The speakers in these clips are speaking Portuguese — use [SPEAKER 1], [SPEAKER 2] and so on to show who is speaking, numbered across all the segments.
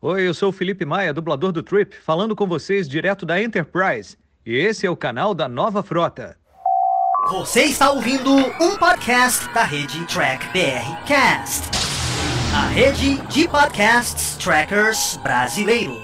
[SPEAKER 1] Oi, eu sou o Felipe Maia, dublador do Trip, falando com vocês direto da Enterprise. E esse é o canal da Nova Frota.
[SPEAKER 2] Você está ouvindo um podcast da rede Track BR Cast, a rede de podcasts trackers brasileiros.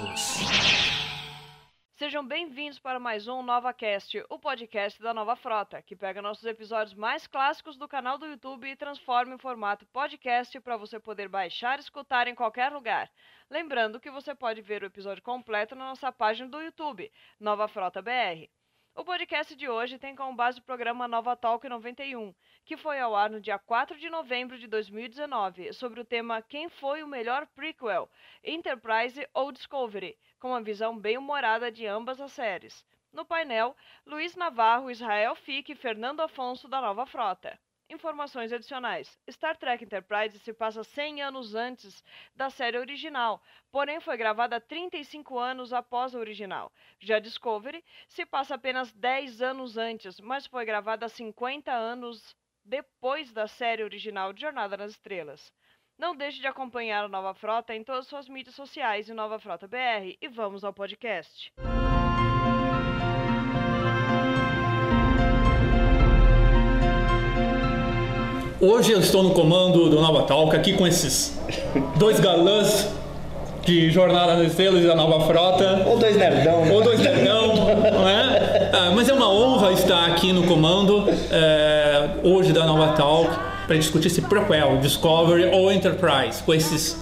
[SPEAKER 3] Sejam bem-vindos para mais um NovaCast, o podcast da Nova Frota, que pega nossos episódios mais clássicos do canal do YouTube e transforma em formato podcast para você poder baixar e escutar em qualquer lugar. Lembrando que você pode ver o episódio completo na nossa página do YouTube, Nova Frota BR. O podcast de hoje tem como base o programa Nova Talk 91, que foi ao ar no dia 4 de novembro de 2019, sobre o tema Quem foi o melhor prequel, Enterprise ou Discovery, com uma visão bem humorada de ambas as séries. No painel, Luiz Navarro, Israel Fick e Fernando Afonso da Nova Frota. Informações adicionais. Star Trek Enterprise se passa 100 anos antes da série original, porém foi gravada 35 anos após a original. Já Discovery se passa apenas 10 anos antes, mas foi gravada 50 anos depois da série original de Jornada nas Estrelas. Não deixe de acompanhar a Nova Frota em todas suas mídias sociais e Nova Frota BR. E vamos ao podcast.
[SPEAKER 4] Hoje eu estou no comando do Nova Talk aqui com esses dois galãs de Jornada nas Estrelas e da Nova Frota.
[SPEAKER 5] Ou dois nerdão. né?
[SPEAKER 4] Ou dois nerdão, não é? Ah, mas é uma honra estar aqui no comando eh, hoje da Nova Talk para discutir esse prequel, Discovery ou Enterprise, com esses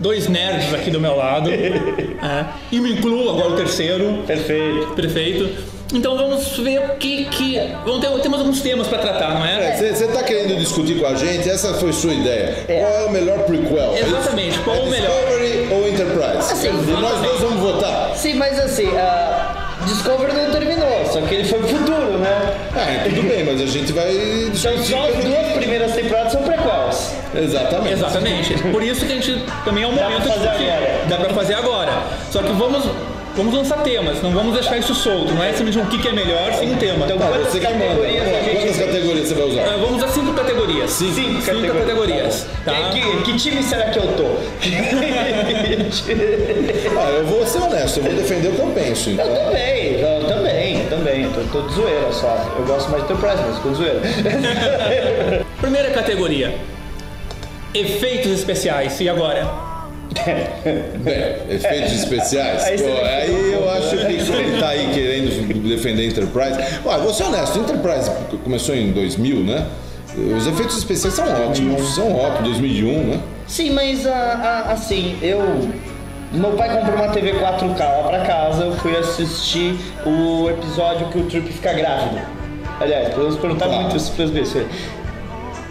[SPEAKER 4] dois nerds aqui do meu lado. é. E me incluo agora o terceiro.
[SPEAKER 5] Perfeito.
[SPEAKER 4] Prefeito. Então vamos ver o que que. Vamos ter, temos alguns temas para tratar, não é?
[SPEAKER 6] Você tá querendo discutir com a gente? Essa foi sua ideia. Qual é o melhor prequel?
[SPEAKER 4] Exatamente, qual
[SPEAKER 6] É
[SPEAKER 4] o melhor?
[SPEAKER 6] Discovery ou Enterprise?
[SPEAKER 5] Assim,
[SPEAKER 6] e nós dois vamos votar.
[SPEAKER 5] Sim, mas assim, a Discovery não terminou, só que ele foi pro futuro, né?
[SPEAKER 6] Ah, tudo bem, mas a gente vai
[SPEAKER 5] Então
[SPEAKER 6] discutir.
[SPEAKER 5] só as duas primeiras temporadas são prequels.
[SPEAKER 6] Exatamente.
[SPEAKER 4] Exatamente. Por isso que a gente também é um
[SPEAKER 5] pra
[SPEAKER 4] momento
[SPEAKER 5] fazer
[SPEAKER 4] que
[SPEAKER 5] agora.
[SPEAKER 4] dá pra fazer agora. Só que vamos vamos lançar temas, não vamos deixar isso solto. Não é simplesmente o que que é melhor sem um tema.
[SPEAKER 5] Então,
[SPEAKER 6] Ah,
[SPEAKER 5] quantas
[SPEAKER 6] você que manda.
[SPEAKER 5] categorias a gente-
[SPEAKER 6] Quantas categorias você vai usar?
[SPEAKER 4] Ah, vamos a cinco categorias.
[SPEAKER 5] Sim,
[SPEAKER 4] cinco categorias. Tá?
[SPEAKER 5] Que, que time será que eu tô?
[SPEAKER 6] Ah, eu vou ser honesto, eu vou defender o que eu penso.
[SPEAKER 5] eu
[SPEAKER 6] Então.
[SPEAKER 5] também, eu também, também. Eu Tô, tô de zoeira só. Eu gosto mais de Enterprise, mas tô de zoeira.
[SPEAKER 4] Primeira categoria. Efeitos especiais. E agora?
[SPEAKER 6] Bem, É, efeitos especiais.
[SPEAKER 5] Aí
[SPEAKER 6] Aí,
[SPEAKER 5] você
[SPEAKER 6] Pô,
[SPEAKER 5] defendeu
[SPEAKER 6] aí
[SPEAKER 5] um
[SPEAKER 6] eu
[SPEAKER 5] pouco,
[SPEAKER 6] acho que como ele tá aí querendo defender a Enterprise. Olha, vou ser honesto, Enterprise começou em 2000, né? Os efeitos especiais são ótimos, são ótimos, 2001, né?
[SPEAKER 5] Sim, mas a- a- assim, eu. Meu pai comprou uma TV 4K lá pra casa, eu fui assistir o episódio que o Trip fica grávido. Aliás, podemos perguntar
[SPEAKER 6] Tá.
[SPEAKER 5] muito isso pras pessoas.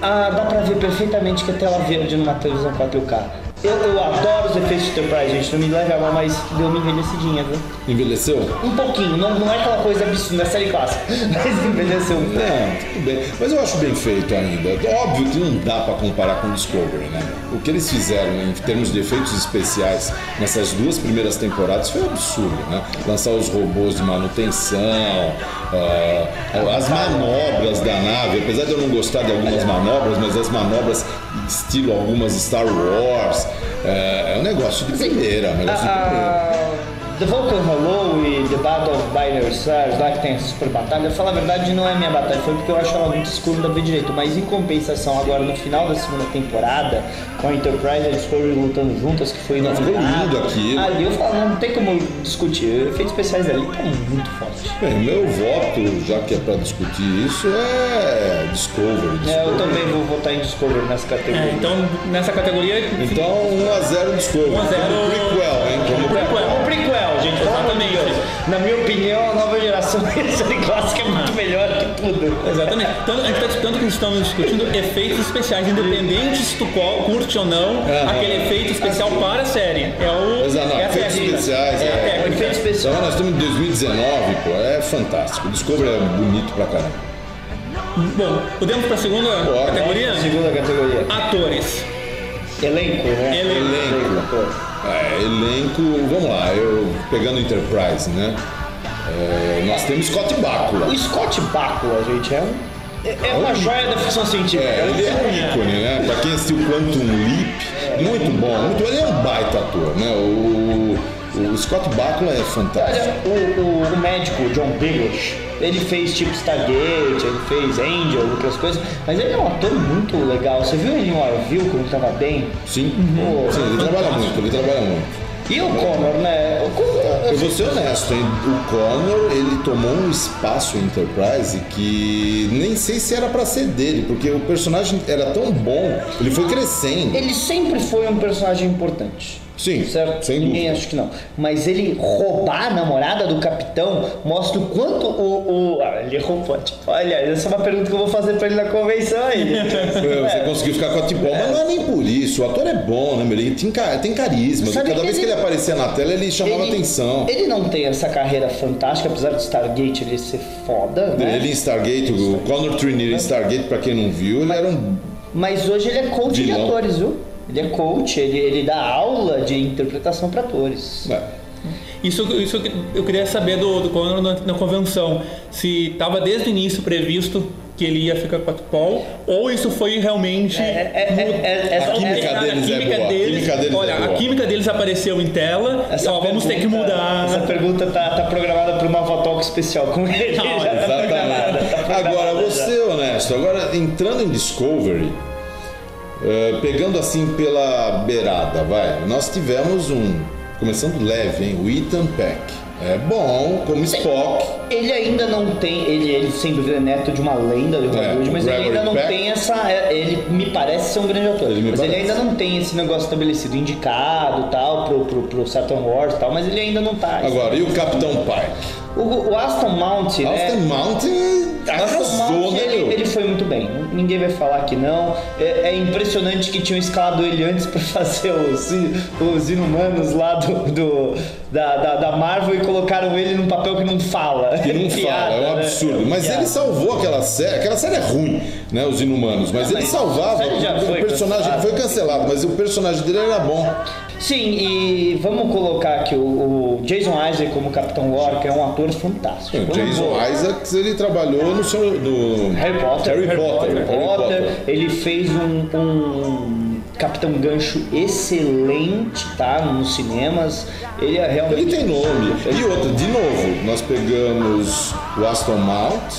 [SPEAKER 5] Ah, dá pra ver perfeitamente que a tela verde é numa televisão 4K. um Eu, eu adoro os efeitos de Enterprise, gente, não me leva a mal, mas deu uma envelhecidinha, viu?
[SPEAKER 6] Envelheceu?
[SPEAKER 5] Um pouquinho, não, não é aquela coisa absurda, é série clássica, mas envelheceu um pouco.
[SPEAKER 6] É, tudo bem. Mas eu acho bem feito ainda. É Óbvio que não dá pra comparar com o Discovery, né? O que eles fizeram em termos de efeitos especiais nessas duas primeiras temporadas foi um absurdo, né? Lançar os robôs de manutenção, ah,
[SPEAKER 5] É um
[SPEAKER 6] as manobras da nave. Apesar de eu não gostar de algumas manobras, mas as manobras estilo algumas Star Wars. É, é um negócio de primeira, é um negócio de primeira.
[SPEAKER 5] Ah, The Vulcan Hollow e The Battle of Binary Stars, lá que tem essa super batalha, falar a verdade não é minha batalha, foi porque eu acho ela muito escura, não dá pra ver direito, mas em compensação agora no final da segunda temporada, com a Enterprise e a Discovery lutando juntas, que foi
[SPEAKER 6] Não, ficou
[SPEAKER 5] inovado,
[SPEAKER 6] lindo aquilo.
[SPEAKER 5] Ali eu falo, não tem como discutir, é efeitos especiais ali estão muito fortes.
[SPEAKER 6] Bem, meu voto, já que é pra discutir isso, é Discovery.
[SPEAKER 5] É, eu
[SPEAKER 6] Discovery.
[SPEAKER 5] também vou votar em Discovery nessa
[SPEAKER 4] É,
[SPEAKER 5] categoria.
[SPEAKER 4] então, nessa categoria.
[SPEAKER 6] Então, 1x0 Discovery.
[SPEAKER 4] 1 a 0.
[SPEAKER 6] Como prequel, hein? Como prequel.
[SPEAKER 5] É um prequel, gente, pelo amor de
[SPEAKER 4] Exatamente.
[SPEAKER 5] Deus. Na minha opinião, a nova geração de série clássica é muito melhor que tudo.
[SPEAKER 4] Exatamente. Tanto, a gente está tanto que estamos discutindo efeitos especiais, independente se tu qual, curte ou não,
[SPEAKER 6] Aham.
[SPEAKER 4] aquele efeito especial para a série. É o
[SPEAKER 6] Exato,
[SPEAKER 4] é a
[SPEAKER 6] efeitos
[SPEAKER 4] técnica.
[SPEAKER 6] especiais,
[SPEAKER 4] É a
[SPEAKER 6] é.
[SPEAKER 4] técnica.
[SPEAKER 5] Efeitos
[SPEAKER 6] Então,
[SPEAKER 5] especiais.
[SPEAKER 6] nós estamos em 2019, pô, é fantástico. Discovery é bonito pra caramba.
[SPEAKER 4] Bom, podemos para a segunda
[SPEAKER 6] Bora.
[SPEAKER 4] categoria?
[SPEAKER 5] Segunda categoria.
[SPEAKER 4] Atores.
[SPEAKER 5] Elenco, né?
[SPEAKER 4] Elenco.
[SPEAKER 6] É, elenco, vamos lá, eu pegando Enterprise, né? É, nós temos Scott Bakula.
[SPEAKER 5] O Scott Bakula, gente, é, um, é, é uma joia da ficção científica.
[SPEAKER 6] É, ele é um ícone, né? Pra quem assistiu Quantum Leap, Muito bom, muito. Ele é um baita ator, né? O, o Scott Bakula é fantástico.
[SPEAKER 5] Olha, o, um, o- o médico, o John Biggles, ele fez tipo Stargate, ele fez Angel, outras coisas, mas ele é um ator muito legal. Você viu ele em Orville quando ele tava bem?
[SPEAKER 6] Sim,
[SPEAKER 5] Uhum.
[SPEAKER 6] sim, ele trabalha muito, ele trabalha muito.
[SPEAKER 5] E o Connor, né? O Connor,
[SPEAKER 6] Eu vou ser honesto, hein? o Connor ele tomou um espaço em Enterprise que nem sei se era pra ser dele, porque o personagem era tão bom, ele foi crescendo.
[SPEAKER 5] ele sempre foi um personagem importante.
[SPEAKER 6] Sim,
[SPEAKER 5] Certo?
[SPEAKER 6] sem
[SPEAKER 5] Ninguém
[SPEAKER 6] dúvida.
[SPEAKER 5] acho que não. Mas ele roubar a namorada do capitão mostra o quanto o. o- ah, ele roubou. Tipo, olha, essa é uma pergunta que eu vou fazer pra ele na convenção aí.
[SPEAKER 6] É,
[SPEAKER 5] É.
[SPEAKER 6] Você conseguiu ficar com a Tibol, mas não é nem por isso. O ator é bom, né, meu? Ele tem, ca- tem carisma.
[SPEAKER 5] Sabe
[SPEAKER 6] Cada
[SPEAKER 5] que
[SPEAKER 6] vez que
[SPEAKER 5] ele-
[SPEAKER 6] ele aparecia na tela, ele chamava atenção.
[SPEAKER 5] Ele não tem essa carreira fantástica, apesar de Stargate ele ser foda, né?
[SPEAKER 6] Ele em Stargate, o Connor Trinity em Stargate, pra quem não viu, ele era um.
[SPEAKER 5] Mas hoje ele é coach de
[SPEAKER 6] Vilão.
[SPEAKER 5] atores, viu? Ele é coach, ele, ele dá aula de interpretação pra atores.
[SPEAKER 6] é.
[SPEAKER 4] Isso, isso eu queria saber do, do Conor na, na convenção. Se estava desde o início previsto que ele ia ficar com a Paul, ou isso foi realmente.
[SPEAKER 5] é- é-
[SPEAKER 6] A química
[SPEAKER 4] Cara,
[SPEAKER 6] deles é boa. A química deles
[SPEAKER 4] olha,
[SPEAKER 6] é boa.
[SPEAKER 4] a química deles apareceu em tela. e, ó, vamos ter que
[SPEAKER 5] pergunta-
[SPEAKER 4] mudar.
[SPEAKER 5] Essa pergunta tá, tá programada pra uma Votalk especial com ele.
[SPEAKER 4] Não,
[SPEAKER 5] já tá programada, tá
[SPEAKER 6] Exatamente.
[SPEAKER 5] programada
[SPEAKER 6] Agora, vou
[SPEAKER 5] já.
[SPEAKER 6] ser honesto. Agora, entrando em Discovery, eh, pegando assim pela beirada, vai. Nós tivemos um. Começando leve, hein? O Ethan Peck. É bom, como Spock.
[SPEAKER 5] Ele ainda não tem, ele, ele sem dúvida é neto de uma lenda de Hollywood,
[SPEAKER 6] É,
[SPEAKER 5] mas ele
[SPEAKER 6] Gregory
[SPEAKER 5] ainda não
[SPEAKER 6] Peck.
[SPEAKER 5] tem essa. é, Ele me parece ser um grande ator,
[SPEAKER 6] Ele me
[SPEAKER 5] mas ele
[SPEAKER 6] parece.
[SPEAKER 5] ainda não tem esse negócio estabelecido, indicado tal, pro, pro, pro Saturn Wars e tal, mas ele ainda não tá.
[SPEAKER 6] Agora, e o Capitão Pike?
[SPEAKER 5] O, o Aston Mount, né?
[SPEAKER 6] Austin Mountain arrasou,
[SPEAKER 5] Aston
[SPEAKER 6] né,
[SPEAKER 5] ele,
[SPEAKER 6] meu?
[SPEAKER 5] ele foi muito bem, ninguém vai falar que não. É, é impressionante que tinham escalado ele antes pra fazer os, os inumanos lá do, do- da, da, da Marvel e colocaram ele num papel que não fala.
[SPEAKER 6] Que não
[SPEAKER 5] Piada,
[SPEAKER 6] fala, é um
[SPEAKER 5] né?
[SPEAKER 6] absurdo. Mas
[SPEAKER 5] Piada.
[SPEAKER 6] ele salvou aquela série. Aquela série é ruim, né? Os Inumanos. Mas ele
[SPEAKER 5] mas
[SPEAKER 6] salvava.
[SPEAKER 5] a série já
[SPEAKER 6] O
[SPEAKER 5] foi
[SPEAKER 6] personagem
[SPEAKER 5] cancelada.
[SPEAKER 6] foi cancelado, mas o personagem dele era bom.
[SPEAKER 5] Sim, e vamos colocar aqui o, o Jason Isaac como Capitão Lorca é um ator fantástico.
[SPEAKER 6] O
[SPEAKER 5] Vamos
[SPEAKER 6] Jason
[SPEAKER 5] boa.
[SPEAKER 6] Isaacs, ele trabalhou no seu. No...
[SPEAKER 5] Harry Potter.
[SPEAKER 6] Harry Potter.
[SPEAKER 5] Harry
[SPEAKER 6] Harry
[SPEAKER 5] Potter.
[SPEAKER 6] Potter.
[SPEAKER 5] Ele fez um, um Capitão Gancho excelente, tá? Nos cinemas. Ele é realmente.
[SPEAKER 6] Ele tem nome. E outra, de novo, nós pegamos o Aston Mount.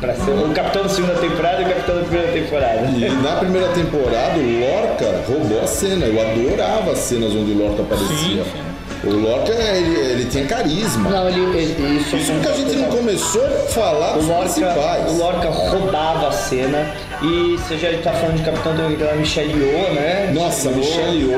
[SPEAKER 5] Pra ser o capitão da segunda temporada e o capitão da primeira temporada.
[SPEAKER 6] E na primeira temporada, o Lorca roubou a cena. Eu adorava as cenas onde o Lorca aparecia.
[SPEAKER 4] Sim,
[SPEAKER 6] O Lorca, ele, ele tinha carisma.
[SPEAKER 5] Não, ele. ele isso é
[SPEAKER 6] Isso que a gente não começou a falar
[SPEAKER 5] O
[SPEAKER 6] dos
[SPEAKER 5] Lorca,
[SPEAKER 6] principais.
[SPEAKER 5] o Lorca roubava a cena. E você já tá falando de Capitão da Michelle Yeoh, né?
[SPEAKER 6] Nossa, é, Michelle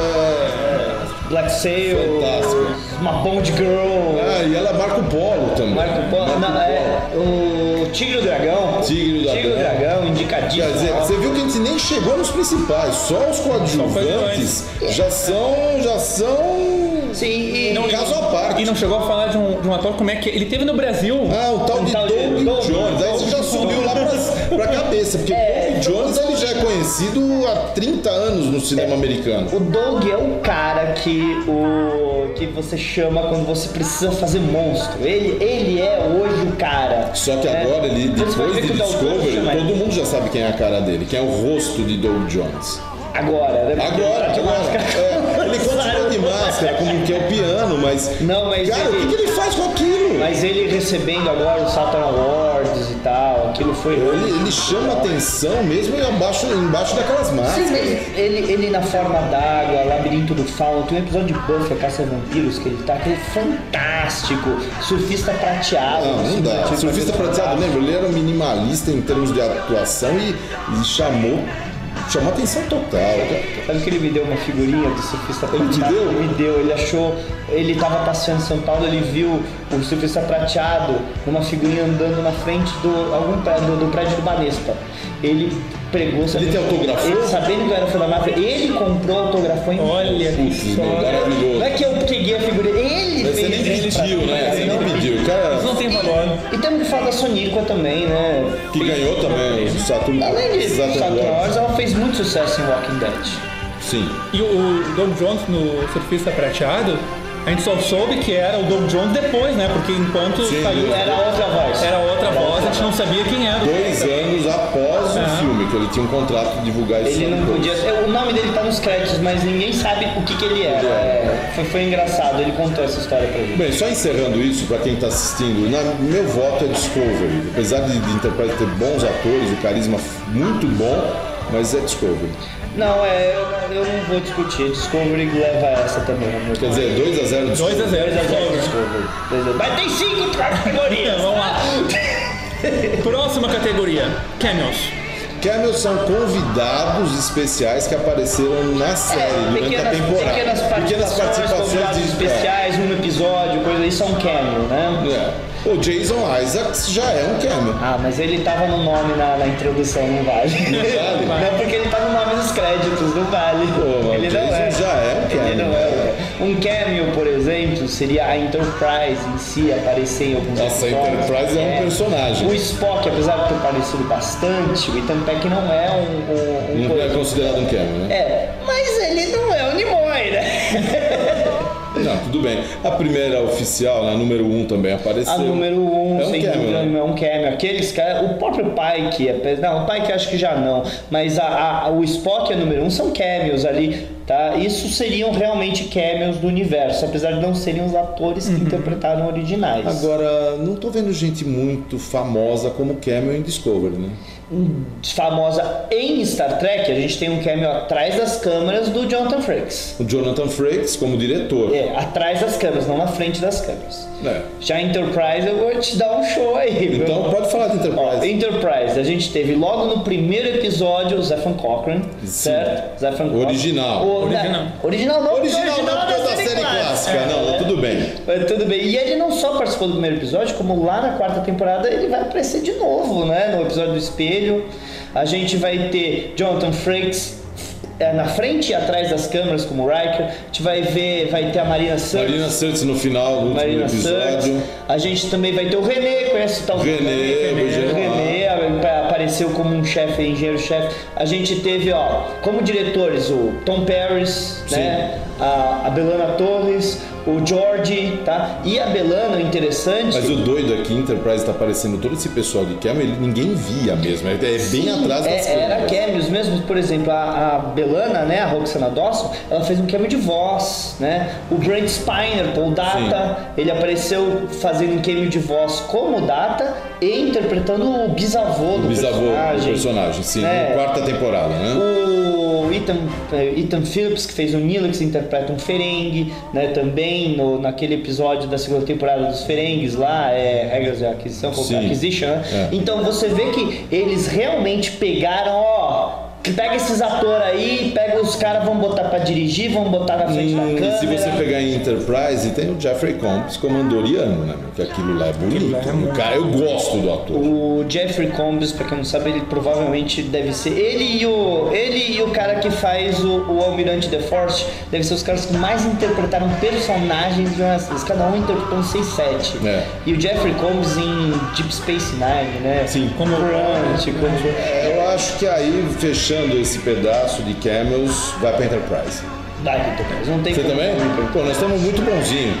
[SPEAKER 6] Yeoh
[SPEAKER 5] Black Sail,
[SPEAKER 6] Fantástica.
[SPEAKER 5] uma Bond Girl,
[SPEAKER 6] é... Ah, e ela é Marco Polo também.
[SPEAKER 5] Marco Polo, não, é, o Tigre e o Dragão.
[SPEAKER 6] Tigre e o Dragão.
[SPEAKER 5] Tigre e o Dragão, indicadíssimo.
[SPEAKER 6] Quer dizer, você viu que a gente nem chegou nos principais, só os coadjuvantes já são, já são
[SPEAKER 5] Sim, e,
[SPEAKER 6] um caso à
[SPEAKER 4] E
[SPEAKER 6] parte.
[SPEAKER 4] não chegou a falar de um, de um ator como é que. Ele teve no Brasil.
[SPEAKER 6] Ah, o tal
[SPEAKER 5] Um
[SPEAKER 6] de
[SPEAKER 5] tal de
[SPEAKER 6] Doug
[SPEAKER 5] Doug
[SPEAKER 6] Jones, aí você já subiu lá pra, pra cabeça, porque Doug Jones ele já é conhecido há 30 anos no cinema
[SPEAKER 5] É.
[SPEAKER 6] americano.
[SPEAKER 5] o Doug é o cara que, o, que você chama quando você precisa fazer monstro. Ele, ele é hoje o cara.
[SPEAKER 6] Só que
[SPEAKER 5] né?
[SPEAKER 6] agora ele,
[SPEAKER 5] Então você vai
[SPEAKER 6] depois
[SPEAKER 5] ver
[SPEAKER 6] de
[SPEAKER 5] que o Doug Jones
[SPEAKER 6] Discovery,
[SPEAKER 5] chama ele.
[SPEAKER 6] todo mundo já sabe quem é a cara dele, quem é o rosto de Doug Jones.
[SPEAKER 5] Agora, né? Porque
[SPEAKER 6] Agora,
[SPEAKER 5] ele tá de
[SPEAKER 6] agora.
[SPEAKER 5] máscara.
[SPEAKER 6] É, ele continua de máscara, como que é o piano, mas.
[SPEAKER 5] Não, mas
[SPEAKER 6] Cara,
[SPEAKER 5] ele-
[SPEAKER 6] o que, que ele faz com aquilo?
[SPEAKER 5] Mas ele recebendo agora o Saturn Awards e tal, aquilo foi.
[SPEAKER 6] Ele, ele chama atenção mesmo abaixo, embaixo daquelas
[SPEAKER 5] Sim,
[SPEAKER 6] máscaras.
[SPEAKER 5] mas ele, ele na forma d'água, Labirinto do Fauno, tem um episódio de Buffy, a Caça a Vampiros, que ele tá, que é fantástico. Surfista prateado.
[SPEAKER 6] Não, não dá.
[SPEAKER 5] tipo,
[SPEAKER 6] Surfista
[SPEAKER 5] aquilo
[SPEAKER 6] prateado, lembra? Ele era minimalista em termos de atuação e, e chamou, chamou atenção total. cara.
[SPEAKER 5] Sabe que ele me deu uma figurinha do surfista
[SPEAKER 6] Ele te
[SPEAKER 5] prateado?
[SPEAKER 6] deu?
[SPEAKER 5] Ele me deu, ele achou. Ele tava passeando em São Paulo, ele viu o surfista prateado numa figurinha andando na frente do algum prédio, do, do prédio do Banespa. Ele pregou sabendo-
[SPEAKER 6] te autografou?
[SPEAKER 5] Ele, sabendo que eu era fã da Marvel, ele comprou, autografou em
[SPEAKER 4] Olha que
[SPEAKER 6] Putz, meu,
[SPEAKER 4] história.
[SPEAKER 6] maravilhoso.
[SPEAKER 5] Não é que eu peguei a figurinha, ele
[SPEAKER 6] Mas Você
[SPEAKER 5] fez
[SPEAKER 6] nem
[SPEAKER 5] isso pra
[SPEAKER 6] pediu,
[SPEAKER 5] mim,
[SPEAKER 6] né?
[SPEAKER 5] cara,
[SPEAKER 6] Você
[SPEAKER 5] não
[SPEAKER 6] nem pediu.
[SPEAKER 4] Mas
[SPEAKER 6] Cara,
[SPEAKER 4] não tem valor.
[SPEAKER 5] E temos que falar da Soniqua também, né?
[SPEAKER 6] que ganhou também o Saturn.
[SPEAKER 5] Além de
[SPEAKER 6] Saturn
[SPEAKER 5] Star
[SPEAKER 6] Awards.
[SPEAKER 5] Wars, ela fez muito sucesso em Walking Dead.
[SPEAKER 6] Sim.
[SPEAKER 4] E o, o Don Jones no Surfista Prateado, A gente só soube que era o Doug Jones depois, né? Porque enquanto
[SPEAKER 6] Sim,
[SPEAKER 4] saiu
[SPEAKER 6] é.
[SPEAKER 4] era,
[SPEAKER 5] Era outra voz.
[SPEAKER 4] outra voz, a gente não sabia quem era.
[SPEAKER 6] Dois anos após o
[SPEAKER 4] Aham.
[SPEAKER 6] filme, que ele tinha um contrato de divulgar isso.
[SPEAKER 5] Ah. Ele não
[SPEAKER 6] depois.
[SPEAKER 5] podia. é, O nome dele tá nos créditos, mas ninguém sabe o que, que ele era. É, foi, foi engraçado, ele contou essa história pra gente.
[SPEAKER 6] Bem, só encerrando isso, para quem está assistindo, na- meu voto é Discovery. Apesar de, de Enterprise ter bons atores, o carisma f- muito bom, mas é Discovery.
[SPEAKER 5] Não, é, eu, eu não vou discutir. Discovery leva essa também. no meu
[SPEAKER 6] Quer dizer, 2 a 0
[SPEAKER 4] 2 a 0
[SPEAKER 5] 2 a 0
[SPEAKER 4] Discovery.
[SPEAKER 5] Discovery. 2 a 0. Mas tem cinco categorias!
[SPEAKER 4] Vamos lá. Próxima categoria, cameos.
[SPEAKER 6] Camels é, são convidados especiais que apareceram na série durante a temporada.
[SPEAKER 5] É, pequenas participações, convidados
[SPEAKER 6] de-
[SPEAKER 5] especiais, um episódio, coisa isso é um cameo, né?
[SPEAKER 6] É. O Jason Isaacs já é um camel.
[SPEAKER 5] Ah, mas ele tava no nome na, na introdução, não vale. Não
[SPEAKER 6] vale?
[SPEAKER 5] Não, porque ele tá no nome dos créditos, não vale.
[SPEAKER 6] Pô,
[SPEAKER 5] ele não
[SPEAKER 6] Jason
[SPEAKER 5] é.
[SPEAKER 6] já é um
[SPEAKER 5] Ele
[SPEAKER 6] cameo,
[SPEAKER 5] não
[SPEAKER 6] né?
[SPEAKER 5] é. Um cameo, por exemplo, seria a Enterprise em si aparecer em alguns
[SPEAKER 6] Nossa, a
[SPEAKER 5] episódios.
[SPEAKER 6] Enterprise é um personagem.
[SPEAKER 5] O Spock, apesar de ter parecido bastante, o Ethan Peck não é um... um, um
[SPEAKER 6] Não é
[SPEAKER 5] coisa.
[SPEAKER 6] considerado um camel, né?
[SPEAKER 5] É, mas ele não é o Nimoy, né?
[SPEAKER 6] Não, tudo bem. A primeira oficial, né, a número 1 um também apareceu.
[SPEAKER 5] A número 1, um,
[SPEAKER 6] É um
[SPEAKER 5] sem
[SPEAKER 6] cameo,
[SPEAKER 5] dúvida,
[SPEAKER 6] né?
[SPEAKER 5] é um cameo. Aqueles caras, o próprio Pike, é, pe- não, o Pike acho que já não, mas a, a- o Spock é número 1, um, são cameos ali, tá? Isso seriam realmente cameos do universo, apesar de não serem os atores que interpretaram originais.
[SPEAKER 6] Uhum. Agora, não tô vendo gente muito famosa como Camel em Discovery, né?
[SPEAKER 5] Famosa em Star Trek, a gente tem um cameo atrás das câmeras do Jonathan Frakes.
[SPEAKER 6] O Jonathan Frakes como diretor.
[SPEAKER 5] É, atrás das câmeras, não na frente das câmeras.
[SPEAKER 6] né?
[SPEAKER 5] Já Enterprise, eu vou te dar um show aí. meu
[SPEAKER 6] Então, pode falar de
[SPEAKER 5] Ó,
[SPEAKER 6] Enterprise.
[SPEAKER 5] Enterprise, a gente teve logo no primeiro episódio o Zephan Cochrane,
[SPEAKER 6] Sim.
[SPEAKER 5] certo? Zephan Cochrane.
[SPEAKER 6] Original.
[SPEAKER 4] Original.
[SPEAKER 5] Né? Original não, porque
[SPEAKER 6] Original não, porque é da série clássica. não,
[SPEAKER 5] né?
[SPEAKER 6] tudo bem.
[SPEAKER 5] Mas Tudo bem. E ele não só participou do primeiro episódio, como lá na quarta temporada ele vai aparecer de novo, né? No episódio do espelho. A gente vai ter Jonathan Frakes é, na frente e atrás das câmeras, como o Riker. A gente vai ver, vai ter a Marina Santos.
[SPEAKER 6] Marina Sirtis no final do último
[SPEAKER 5] Então, Marina Santos.
[SPEAKER 6] episódio.
[SPEAKER 5] A gente também vai ter o René, conhece o tal do
[SPEAKER 6] René, é.
[SPEAKER 5] René,
[SPEAKER 6] René,
[SPEAKER 5] René apa- apareceu como um chefe, engenheiro-chefe. A gente teve, ó, como diretores, o Tom Paris,
[SPEAKER 6] Sim.
[SPEAKER 5] né? A, a Belana Torres, o George, tá? E a Belana, o interessante.
[SPEAKER 6] Mas o doido é que Enterprise tá aparecendo todo esse pessoal de Camel, ele- ninguém via mesmo. É é bem
[SPEAKER 5] Sim,
[SPEAKER 6] atrás das
[SPEAKER 5] é, Era
[SPEAKER 6] câmeras. né?
[SPEAKER 5] cameos mesmo, por exemplo, a, a Belana, né, a Roxana Dawson, ela fez um cameo de voz, né? O Brent Spiner, pô, o Data, ele apareceu fazendo um cameo de voz como Data e interpretando o bisavô do
[SPEAKER 6] O bisavô do
[SPEAKER 5] personagem.
[SPEAKER 6] personagem, sim.
[SPEAKER 5] É.
[SPEAKER 6] Na quarta temporada, né?
[SPEAKER 5] O Ethan, eh, Ethan Phillips, que fez o Nilix, interpreta um Ferengue, né? Também no, naquele episódio da segunda temporada dos Ferengues lá, é Regras de Aquisição, como
[SPEAKER 6] Sim.
[SPEAKER 5] Acquisition, né?
[SPEAKER 6] É.
[SPEAKER 5] Então você vê que eles realmente pegaram, ó. que Pega esses atores aí, pega os caras, vão botar pra dirigir, vão botar na frente
[SPEAKER 6] Hum,
[SPEAKER 5] da
[SPEAKER 6] e
[SPEAKER 5] câmera.
[SPEAKER 6] se você pegar em Enterprise, tem o Jeffrey Combs como Andoriano, né? meu? Que aquilo lá é bonito. O cara, eu gosto do ator.
[SPEAKER 5] O Jeffrey Combs, pra quem não sabe, ele provavelmente deve ser. Ele e o, ele e o cara que faz o, o Almirante The Force devem ser os caras que mais interpretaram personagens de uma série. Cada um interpretou uns 6, 7.
[SPEAKER 6] É.
[SPEAKER 5] E o Jeffrey Combs em Deep Space Nine, né?
[SPEAKER 6] Sim,
[SPEAKER 5] como Grant, como.
[SPEAKER 6] Eu acho que aí, fechando esse pedaço de Camels, vai pra Enterprise.
[SPEAKER 5] Vai, Peter Combs, não tem
[SPEAKER 6] Você
[SPEAKER 5] como.
[SPEAKER 6] também? Pô, nós estamos muito bonzinhos.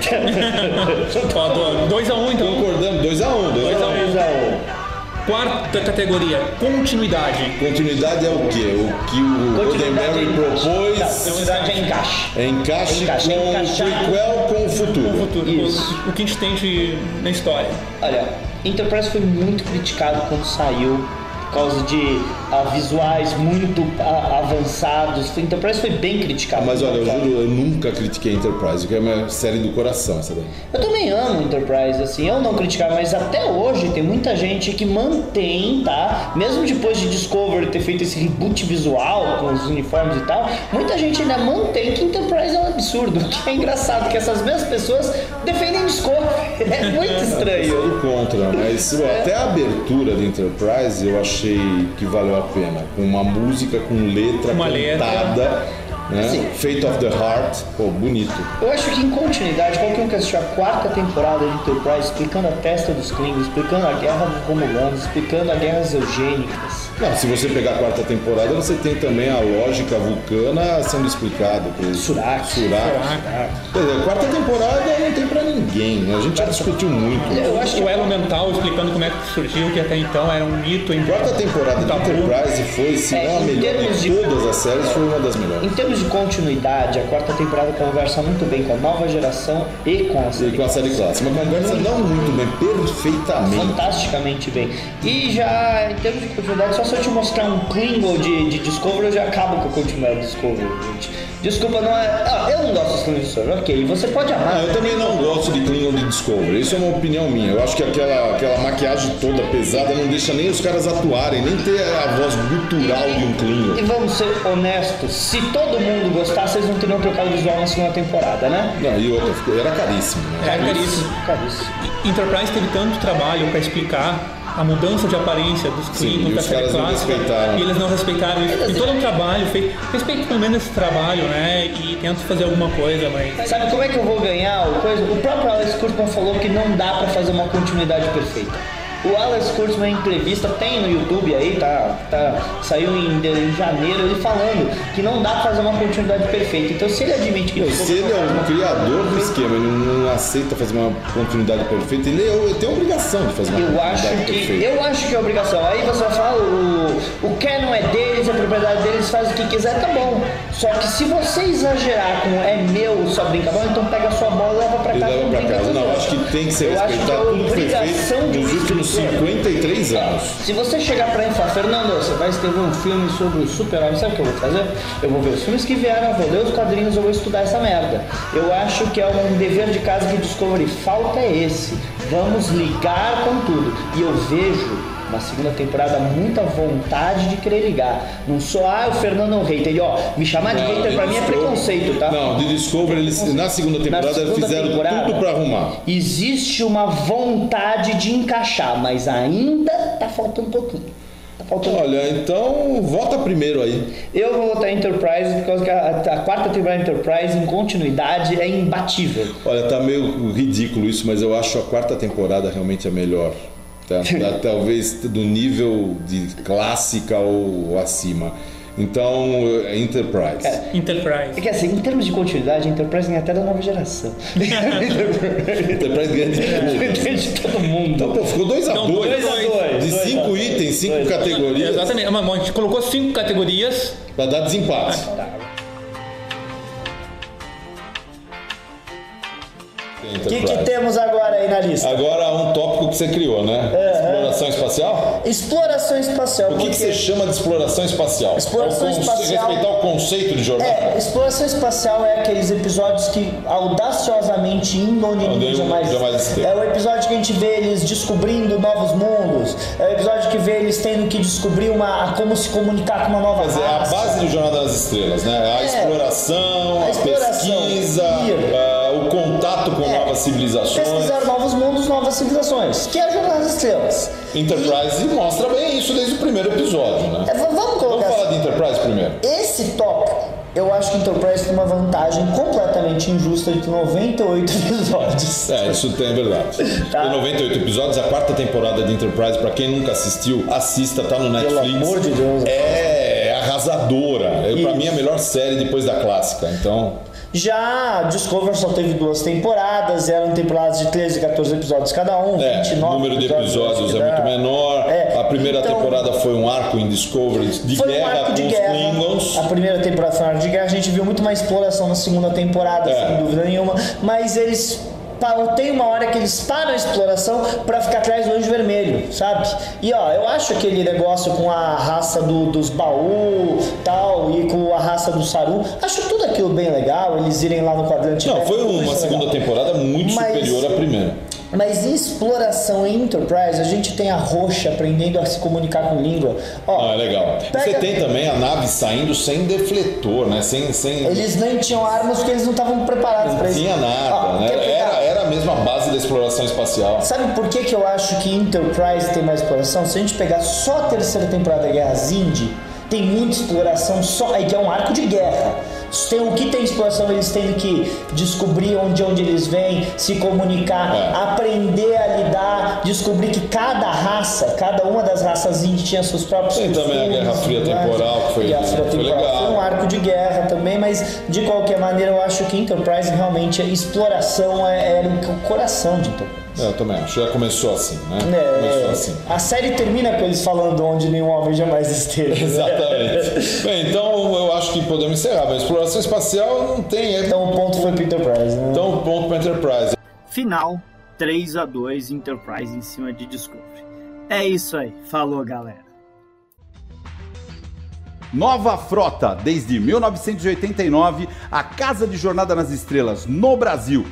[SPEAKER 6] Então tá.
[SPEAKER 4] Ó, 2 a 1 um, então.
[SPEAKER 6] Concordamos, 2 a 1 um, dois a um.
[SPEAKER 5] Dois a um.
[SPEAKER 4] Quarta categoria, continuidade.
[SPEAKER 6] Continuidade é o quê? O que o
[SPEAKER 5] Continuidade
[SPEAKER 6] Roddenberry
[SPEAKER 5] é
[SPEAKER 6] propôs
[SPEAKER 5] encaixe. Continuidade é encaixe.
[SPEAKER 6] é encaixe,
[SPEAKER 5] Encaixe,
[SPEAKER 6] com
[SPEAKER 5] encaixar.
[SPEAKER 6] o prequel com o futuro.
[SPEAKER 4] Futuro,
[SPEAKER 5] Isso.
[SPEAKER 4] o, o que a gente tem de, na história.
[SPEAKER 5] Olha, Enterprise foi muito criticado quando saiu por causa de ah, visuais muito ah, avançados. Enterprise foi bem criticado.
[SPEAKER 6] Ah, Mas olha, eu juro, eu nunca critiquei Enterprise, que é uma série do coração essa daí.
[SPEAKER 5] Eu também amo Enterprise, assim, eu não criticar, mas até hoje tem muita gente que mantém, tá? Mesmo depois de Discovery ter feito esse reboot visual com os uniformes e tal, muita gente ainda mantém que Enterprise é um absurdo. O que é engraçado, que essas mesmas pessoas defendem Discovery. É muito estranho.
[SPEAKER 6] Eu sou contra, mas pô,
[SPEAKER 5] É.
[SPEAKER 6] até a abertura de Enterprise eu achei que valeu a pena. Com uma música com letra
[SPEAKER 4] Uma letra.
[SPEAKER 6] cantada, né?
[SPEAKER 5] Sim.
[SPEAKER 6] Fate of the Heart, pô, bonito.
[SPEAKER 5] Eu acho que em continuidade, qualquer um que assistiu a quarta temporada de Enterprise explicando a testa dos Klingons, explicando a guerra dos Romulanos, explicando a guerra eugênicas,
[SPEAKER 6] Não, se você pegar a quarta temporada, você tem também a lógica vulcana sendo explicada pelo
[SPEAKER 5] Surak.
[SPEAKER 6] Surak. Quer dizer, a quarta temporada não tem pra ninguém, né? a gente já discutiu muito.
[SPEAKER 5] Eu acho que
[SPEAKER 4] O elo mental explicando como é que surgiu, que até então era um mito em
[SPEAKER 6] A quarta temporada de
[SPEAKER 4] Tabu.
[SPEAKER 6] Enterprise foi, se
[SPEAKER 5] Tá É,
[SPEAKER 6] não a
[SPEAKER 5] em
[SPEAKER 6] melhor
[SPEAKER 5] termos
[SPEAKER 6] de
[SPEAKER 5] de-
[SPEAKER 6] todas as séries, foi uma das melhores.
[SPEAKER 5] Em termos de continuidade, a quarta temporada conversa muito bem com a nova geração e com a
[SPEAKER 6] E
[SPEAKER 5] série.
[SPEAKER 6] com a série clássica. Uma conversa não um muito bem, perfeitamente.
[SPEAKER 5] Fantasticamente bem. E já em termos de continuidade, só se eu te mostrar um Klingon de, de Discovery, eu já acabo com a continuidade de Discovery, gente. Desculpa, não é. Ah, eu não gosto dos Klingon de Discovery, ok. Você pode
[SPEAKER 6] Ah,
[SPEAKER 5] amar.
[SPEAKER 6] eu também não gosto de Klingon de Discovery, isso é uma opinião minha. Eu acho que aquela, aquela maquiagem toda pesada não deixa nem os caras atuarem, nem ter a voz gutural de um
[SPEAKER 5] E
[SPEAKER 6] Klingon.
[SPEAKER 5] vamos ser honestos, se todo mundo gostasse, vocês não teriam trocado o visual na segunda temporada, né?
[SPEAKER 6] Não, e outra, ficou- era caríssimo, né?
[SPEAKER 4] É, caríssimo.
[SPEAKER 5] Caríssimo.
[SPEAKER 4] Enterprise teve tanto trabalho para explicar a mudança de aparência dos
[SPEAKER 6] Sim,
[SPEAKER 4] Klingons
[SPEAKER 6] e
[SPEAKER 4] da
[SPEAKER 6] os
[SPEAKER 4] série
[SPEAKER 6] caras não
[SPEAKER 4] clássica.
[SPEAKER 6] respeitaram. é.
[SPEAKER 4] E eles não respeitaram isso. E todo um trabalho feito. Respeito pelo menos esse trabalho, né? E tento fazer alguma coisa, mas.
[SPEAKER 5] Sabe como é que eu vou ganhar o coisa? O próprio Alex Kurtzman falou que não dá pra fazer uma continuidade perfeita. O Alex Kurtzman em entrevista tem no YouTube aí, tá, tá saiu em, de- em janeiro, ele falando que não dá pra fazer uma continuidade perfeita. Então se ele admite que
[SPEAKER 6] Não, Se ele é um criador do esquema, ele não aceita fazer uma continuidade perfeita, ele, é, eu, eu tenho a obrigação de fazer uma
[SPEAKER 5] eu
[SPEAKER 6] continuidade
[SPEAKER 5] acho que
[SPEAKER 6] perfeita.
[SPEAKER 5] eu acho que é obrigação. Aí você vai falar "Ah, o o canon é deles, é propriedade deles, faz o que quiser, tá bom. Só que se você exagerar com é meu, só brinca bom, então pega a sua bola, leva pra
[SPEAKER 6] Ele
[SPEAKER 5] casa.
[SPEAKER 6] leva
[SPEAKER 5] e
[SPEAKER 6] pra
[SPEAKER 5] brinca
[SPEAKER 6] casa.
[SPEAKER 5] com
[SPEAKER 6] Não,
[SPEAKER 5] Deus.
[SPEAKER 6] acho que tem que ser
[SPEAKER 5] Eu acho que é
[SPEAKER 6] respeitado tudo que foi
[SPEAKER 5] obrigação
[SPEAKER 6] feito
[SPEAKER 5] de um
[SPEAKER 6] nos últimos
[SPEAKER 5] escritor.
[SPEAKER 6] 53 anos.
[SPEAKER 5] Se você chegar pra mim e falar, Fernando, você vai escrever um filme sobre o super-homem, sabe o que eu vou fazer? Eu vou ver os filmes que vieram, eu vou ler os quadrinhos, eu vou estudar essa merda. Eu acho que é um dever de casa que Discovery falta é esse. Vamos ligar com tudo. E eu vejo uma segunda temporada muita vontade de querer ligar. Não sou, ah, o Fernando é um hater. E ó, me chamar de
[SPEAKER 6] Não,
[SPEAKER 5] hater pra
[SPEAKER 6] de
[SPEAKER 5] mim é
[SPEAKER 6] Discovery-
[SPEAKER 5] preconceito, tá?
[SPEAKER 6] Não, de Discovery, eles, na segunda temporada,
[SPEAKER 5] segunda
[SPEAKER 6] fizeram
[SPEAKER 5] temporada,
[SPEAKER 6] tudo pra arrumar.
[SPEAKER 5] Existe uma vontade de encaixar, mas ainda tá faltando um pouquinho. Tá faltando
[SPEAKER 6] Olha, então vota primeiro aí.
[SPEAKER 5] Eu vou votar em Enterprise por causa que a, a quarta temporada de Enterprise, em continuidade, é imbatível.
[SPEAKER 6] Olha, tá meio ridículo isso, mas eu acho a quarta temporada realmente a melhor. Tá? Tá- Talvez do nível de clássica ou acima. Então, é Enterprise.
[SPEAKER 5] É
[SPEAKER 4] Enterprise.
[SPEAKER 5] que assim, em termos de continuidade, Enterprise ganha até da nova geração.
[SPEAKER 6] Enterprise ganha de tudo.
[SPEAKER 5] de todo mundo.
[SPEAKER 6] Então, pô, ficou 2 a
[SPEAKER 4] Então,
[SPEAKER 6] 2
[SPEAKER 4] dois a dois,
[SPEAKER 6] De
[SPEAKER 5] dois a
[SPEAKER 6] 5
[SPEAKER 5] dois.
[SPEAKER 6] itens, 5
[SPEAKER 5] Dois a dois.
[SPEAKER 6] categorias,
[SPEAKER 4] Exatamente. Mas, É bom, a gente colocou cinco categorias.
[SPEAKER 6] pra dar desempate.
[SPEAKER 5] Ah, tá. O que, que temos agora aí na lista?
[SPEAKER 6] Agora um tópico que você criou, né? Exploração espacial?
[SPEAKER 5] Exploração espacial.
[SPEAKER 6] Ah. O que, que
[SPEAKER 5] É,
[SPEAKER 6] você
[SPEAKER 5] porque-
[SPEAKER 6] chama de exploração espacial?
[SPEAKER 5] Exploração
[SPEAKER 6] É o conce-
[SPEAKER 5] espacial-
[SPEAKER 6] Respeitar o conceito de jornada.
[SPEAKER 5] É, exploração espacial é aqueles episódios que audaciosamente indo onde
[SPEAKER 6] Onde
[SPEAKER 5] ninguém jamais,
[SPEAKER 6] Ah, jamais esteve.
[SPEAKER 5] É o episódio que a gente vê eles descobrindo novos mundos. É o episódio que vê eles tendo que descobrir uma como se comunicar com uma nova
[SPEAKER 6] Quer dizer, é a
[SPEAKER 5] raça.
[SPEAKER 6] base do Jornada nas Estrelas, né? A
[SPEAKER 5] É.
[SPEAKER 6] exploração, a,
[SPEAKER 5] A exploração.
[SPEAKER 6] pesquisa,
[SPEAKER 5] Isso.
[SPEAKER 6] ah, o contato com
[SPEAKER 5] É.
[SPEAKER 6] novas civilizações.
[SPEAKER 5] Pesquisar novos mundos, novas civilizações, que é a Jornada das Estrelas.
[SPEAKER 6] Enterprise mostra bem isso desde o primeiro episódio, né?
[SPEAKER 5] É, v- vamos
[SPEAKER 6] Vamos
[SPEAKER 5] colocar assim.
[SPEAKER 6] falar de Enterprise primeiro.
[SPEAKER 5] Esse tópico, eu acho que Enterprise tem uma vantagem completamente injusta de 98 episódios.
[SPEAKER 6] É, isso tem, é verdade.
[SPEAKER 5] Tá.
[SPEAKER 6] Tem 98 episódios, a quarta temporada de Enterprise, pra quem nunca assistiu, assista, tá no Netflix.
[SPEAKER 5] amor de Deus.
[SPEAKER 6] É arrasadora. É, pra
[SPEAKER 5] Isso.
[SPEAKER 6] mim é a melhor série depois da clássica, então...
[SPEAKER 5] Já Discovery só teve duas temporadas, eram temporadas de 13 e 14 episódios cada um,
[SPEAKER 6] É,
[SPEAKER 5] 29
[SPEAKER 6] o número de episódios
[SPEAKER 5] que
[SPEAKER 6] é
[SPEAKER 5] dá.
[SPEAKER 6] muito menor.
[SPEAKER 5] né? É,
[SPEAKER 6] A primeira
[SPEAKER 5] então,
[SPEAKER 6] temporada foi um arco em Discovery de
[SPEAKER 5] Foi um
[SPEAKER 6] guerra
[SPEAKER 5] arco de
[SPEAKER 6] com
[SPEAKER 5] guerra.
[SPEAKER 6] os Klingons.
[SPEAKER 5] A primeira temporada foi um arco de guerra. A gente viu muito mais exploração na segunda temporada,
[SPEAKER 6] É.
[SPEAKER 5] sem dúvida nenhuma. Mas eles. param- Tem uma hora que eles param a exploração pra ficar atrás do anjo vermelho, sabe? E ó, eu acho aquele negócio com a raça do- dos baú tal, e com a raça do Saru, acho tudo aquilo bem legal, eles irem lá no quadrante.
[SPEAKER 6] Não,
[SPEAKER 5] né?
[SPEAKER 6] foi
[SPEAKER 5] Tudo
[SPEAKER 6] uma
[SPEAKER 5] isso é
[SPEAKER 6] segunda
[SPEAKER 5] legal.
[SPEAKER 6] temporada muito
[SPEAKER 5] Mas-
[SPEAKER 6] superior à primeira.
[SPEAKER 5] Mas em exploração em Enterprise, a gente tem a roxa aprendendo a se comunicar com língua. Ó,
[SPEAKER 6] Não, é legal.
[SPEAKER 5] pega-
[SPEAKER 6] Você tem também a nave saindo sem defletor, né? Sem. sem...
[SPEAKER 5] Eles nem tinham armas porque eles não estavam preparados
[SPEAKER 6] Não
[SPEAKER 5] pra isso.
[SPEAKER 6] tinha nada,
[SPEAKER 5] Ó,
[SPEAKER 6] né?
[SPEAKER 5] quer pegar-
[SPEAKER 6] Era, era a mesma base da exploração espacial.
[SPEAKER 5] Sabe por que, que eu acho que Enterprise tem mais exploração? Se a gente pegar só a terceira temporada Guerras Indy, tem muita exploração só. É que é um arco de guerra. tem, o que tem expansão, eles tendo que descobrir onde, onde eles vêm, se comunicar,
[SPEAKER 6] É.
[SPEAKER 5] aprender a lidar, descobrir que cada raça, cada uma das raças índias tinha seus próprios né?
[SPEAKER 6] Tem também a Guerra Fria Temporal, que foi-
[SPEAKER 5] Guerra Fria
[SPEAKER 6] foi
[SPEAKER 5] Temporal
[SPEAKER 6] legal.
[SPEAKER 5] foi um arco de guerra também, mas de qualquer maneira eu acho que Enterprise realmente a exploração é- era o coração de Enterprise.
[SPEAKER 6] É, eu também acho. Já começou assim, né?
[SPEAKER 5] É,
[SPEAKER 6] começou assim.
[SPEAKER 5] A série termina com eles falando onde nenhum homem jamais esteve.
[SPEAKER 6] Exatamente. Bem, então eu acho que podemos encerrar. Mas exploração espacial não tem. É...
[SPEAKER 5] Então o ponto foi pro Enterprise, né?
[SPEAKER 6] Então, ponto para Enterprise.
[SPEAKER 7] Final 3 a 2 Enterprise em cima de Discovery. É isso aí. Falou, galera.
[SPEAKER 8] Nova Frota, desde 1989, a casa de jornada nas estrelas no Brasil.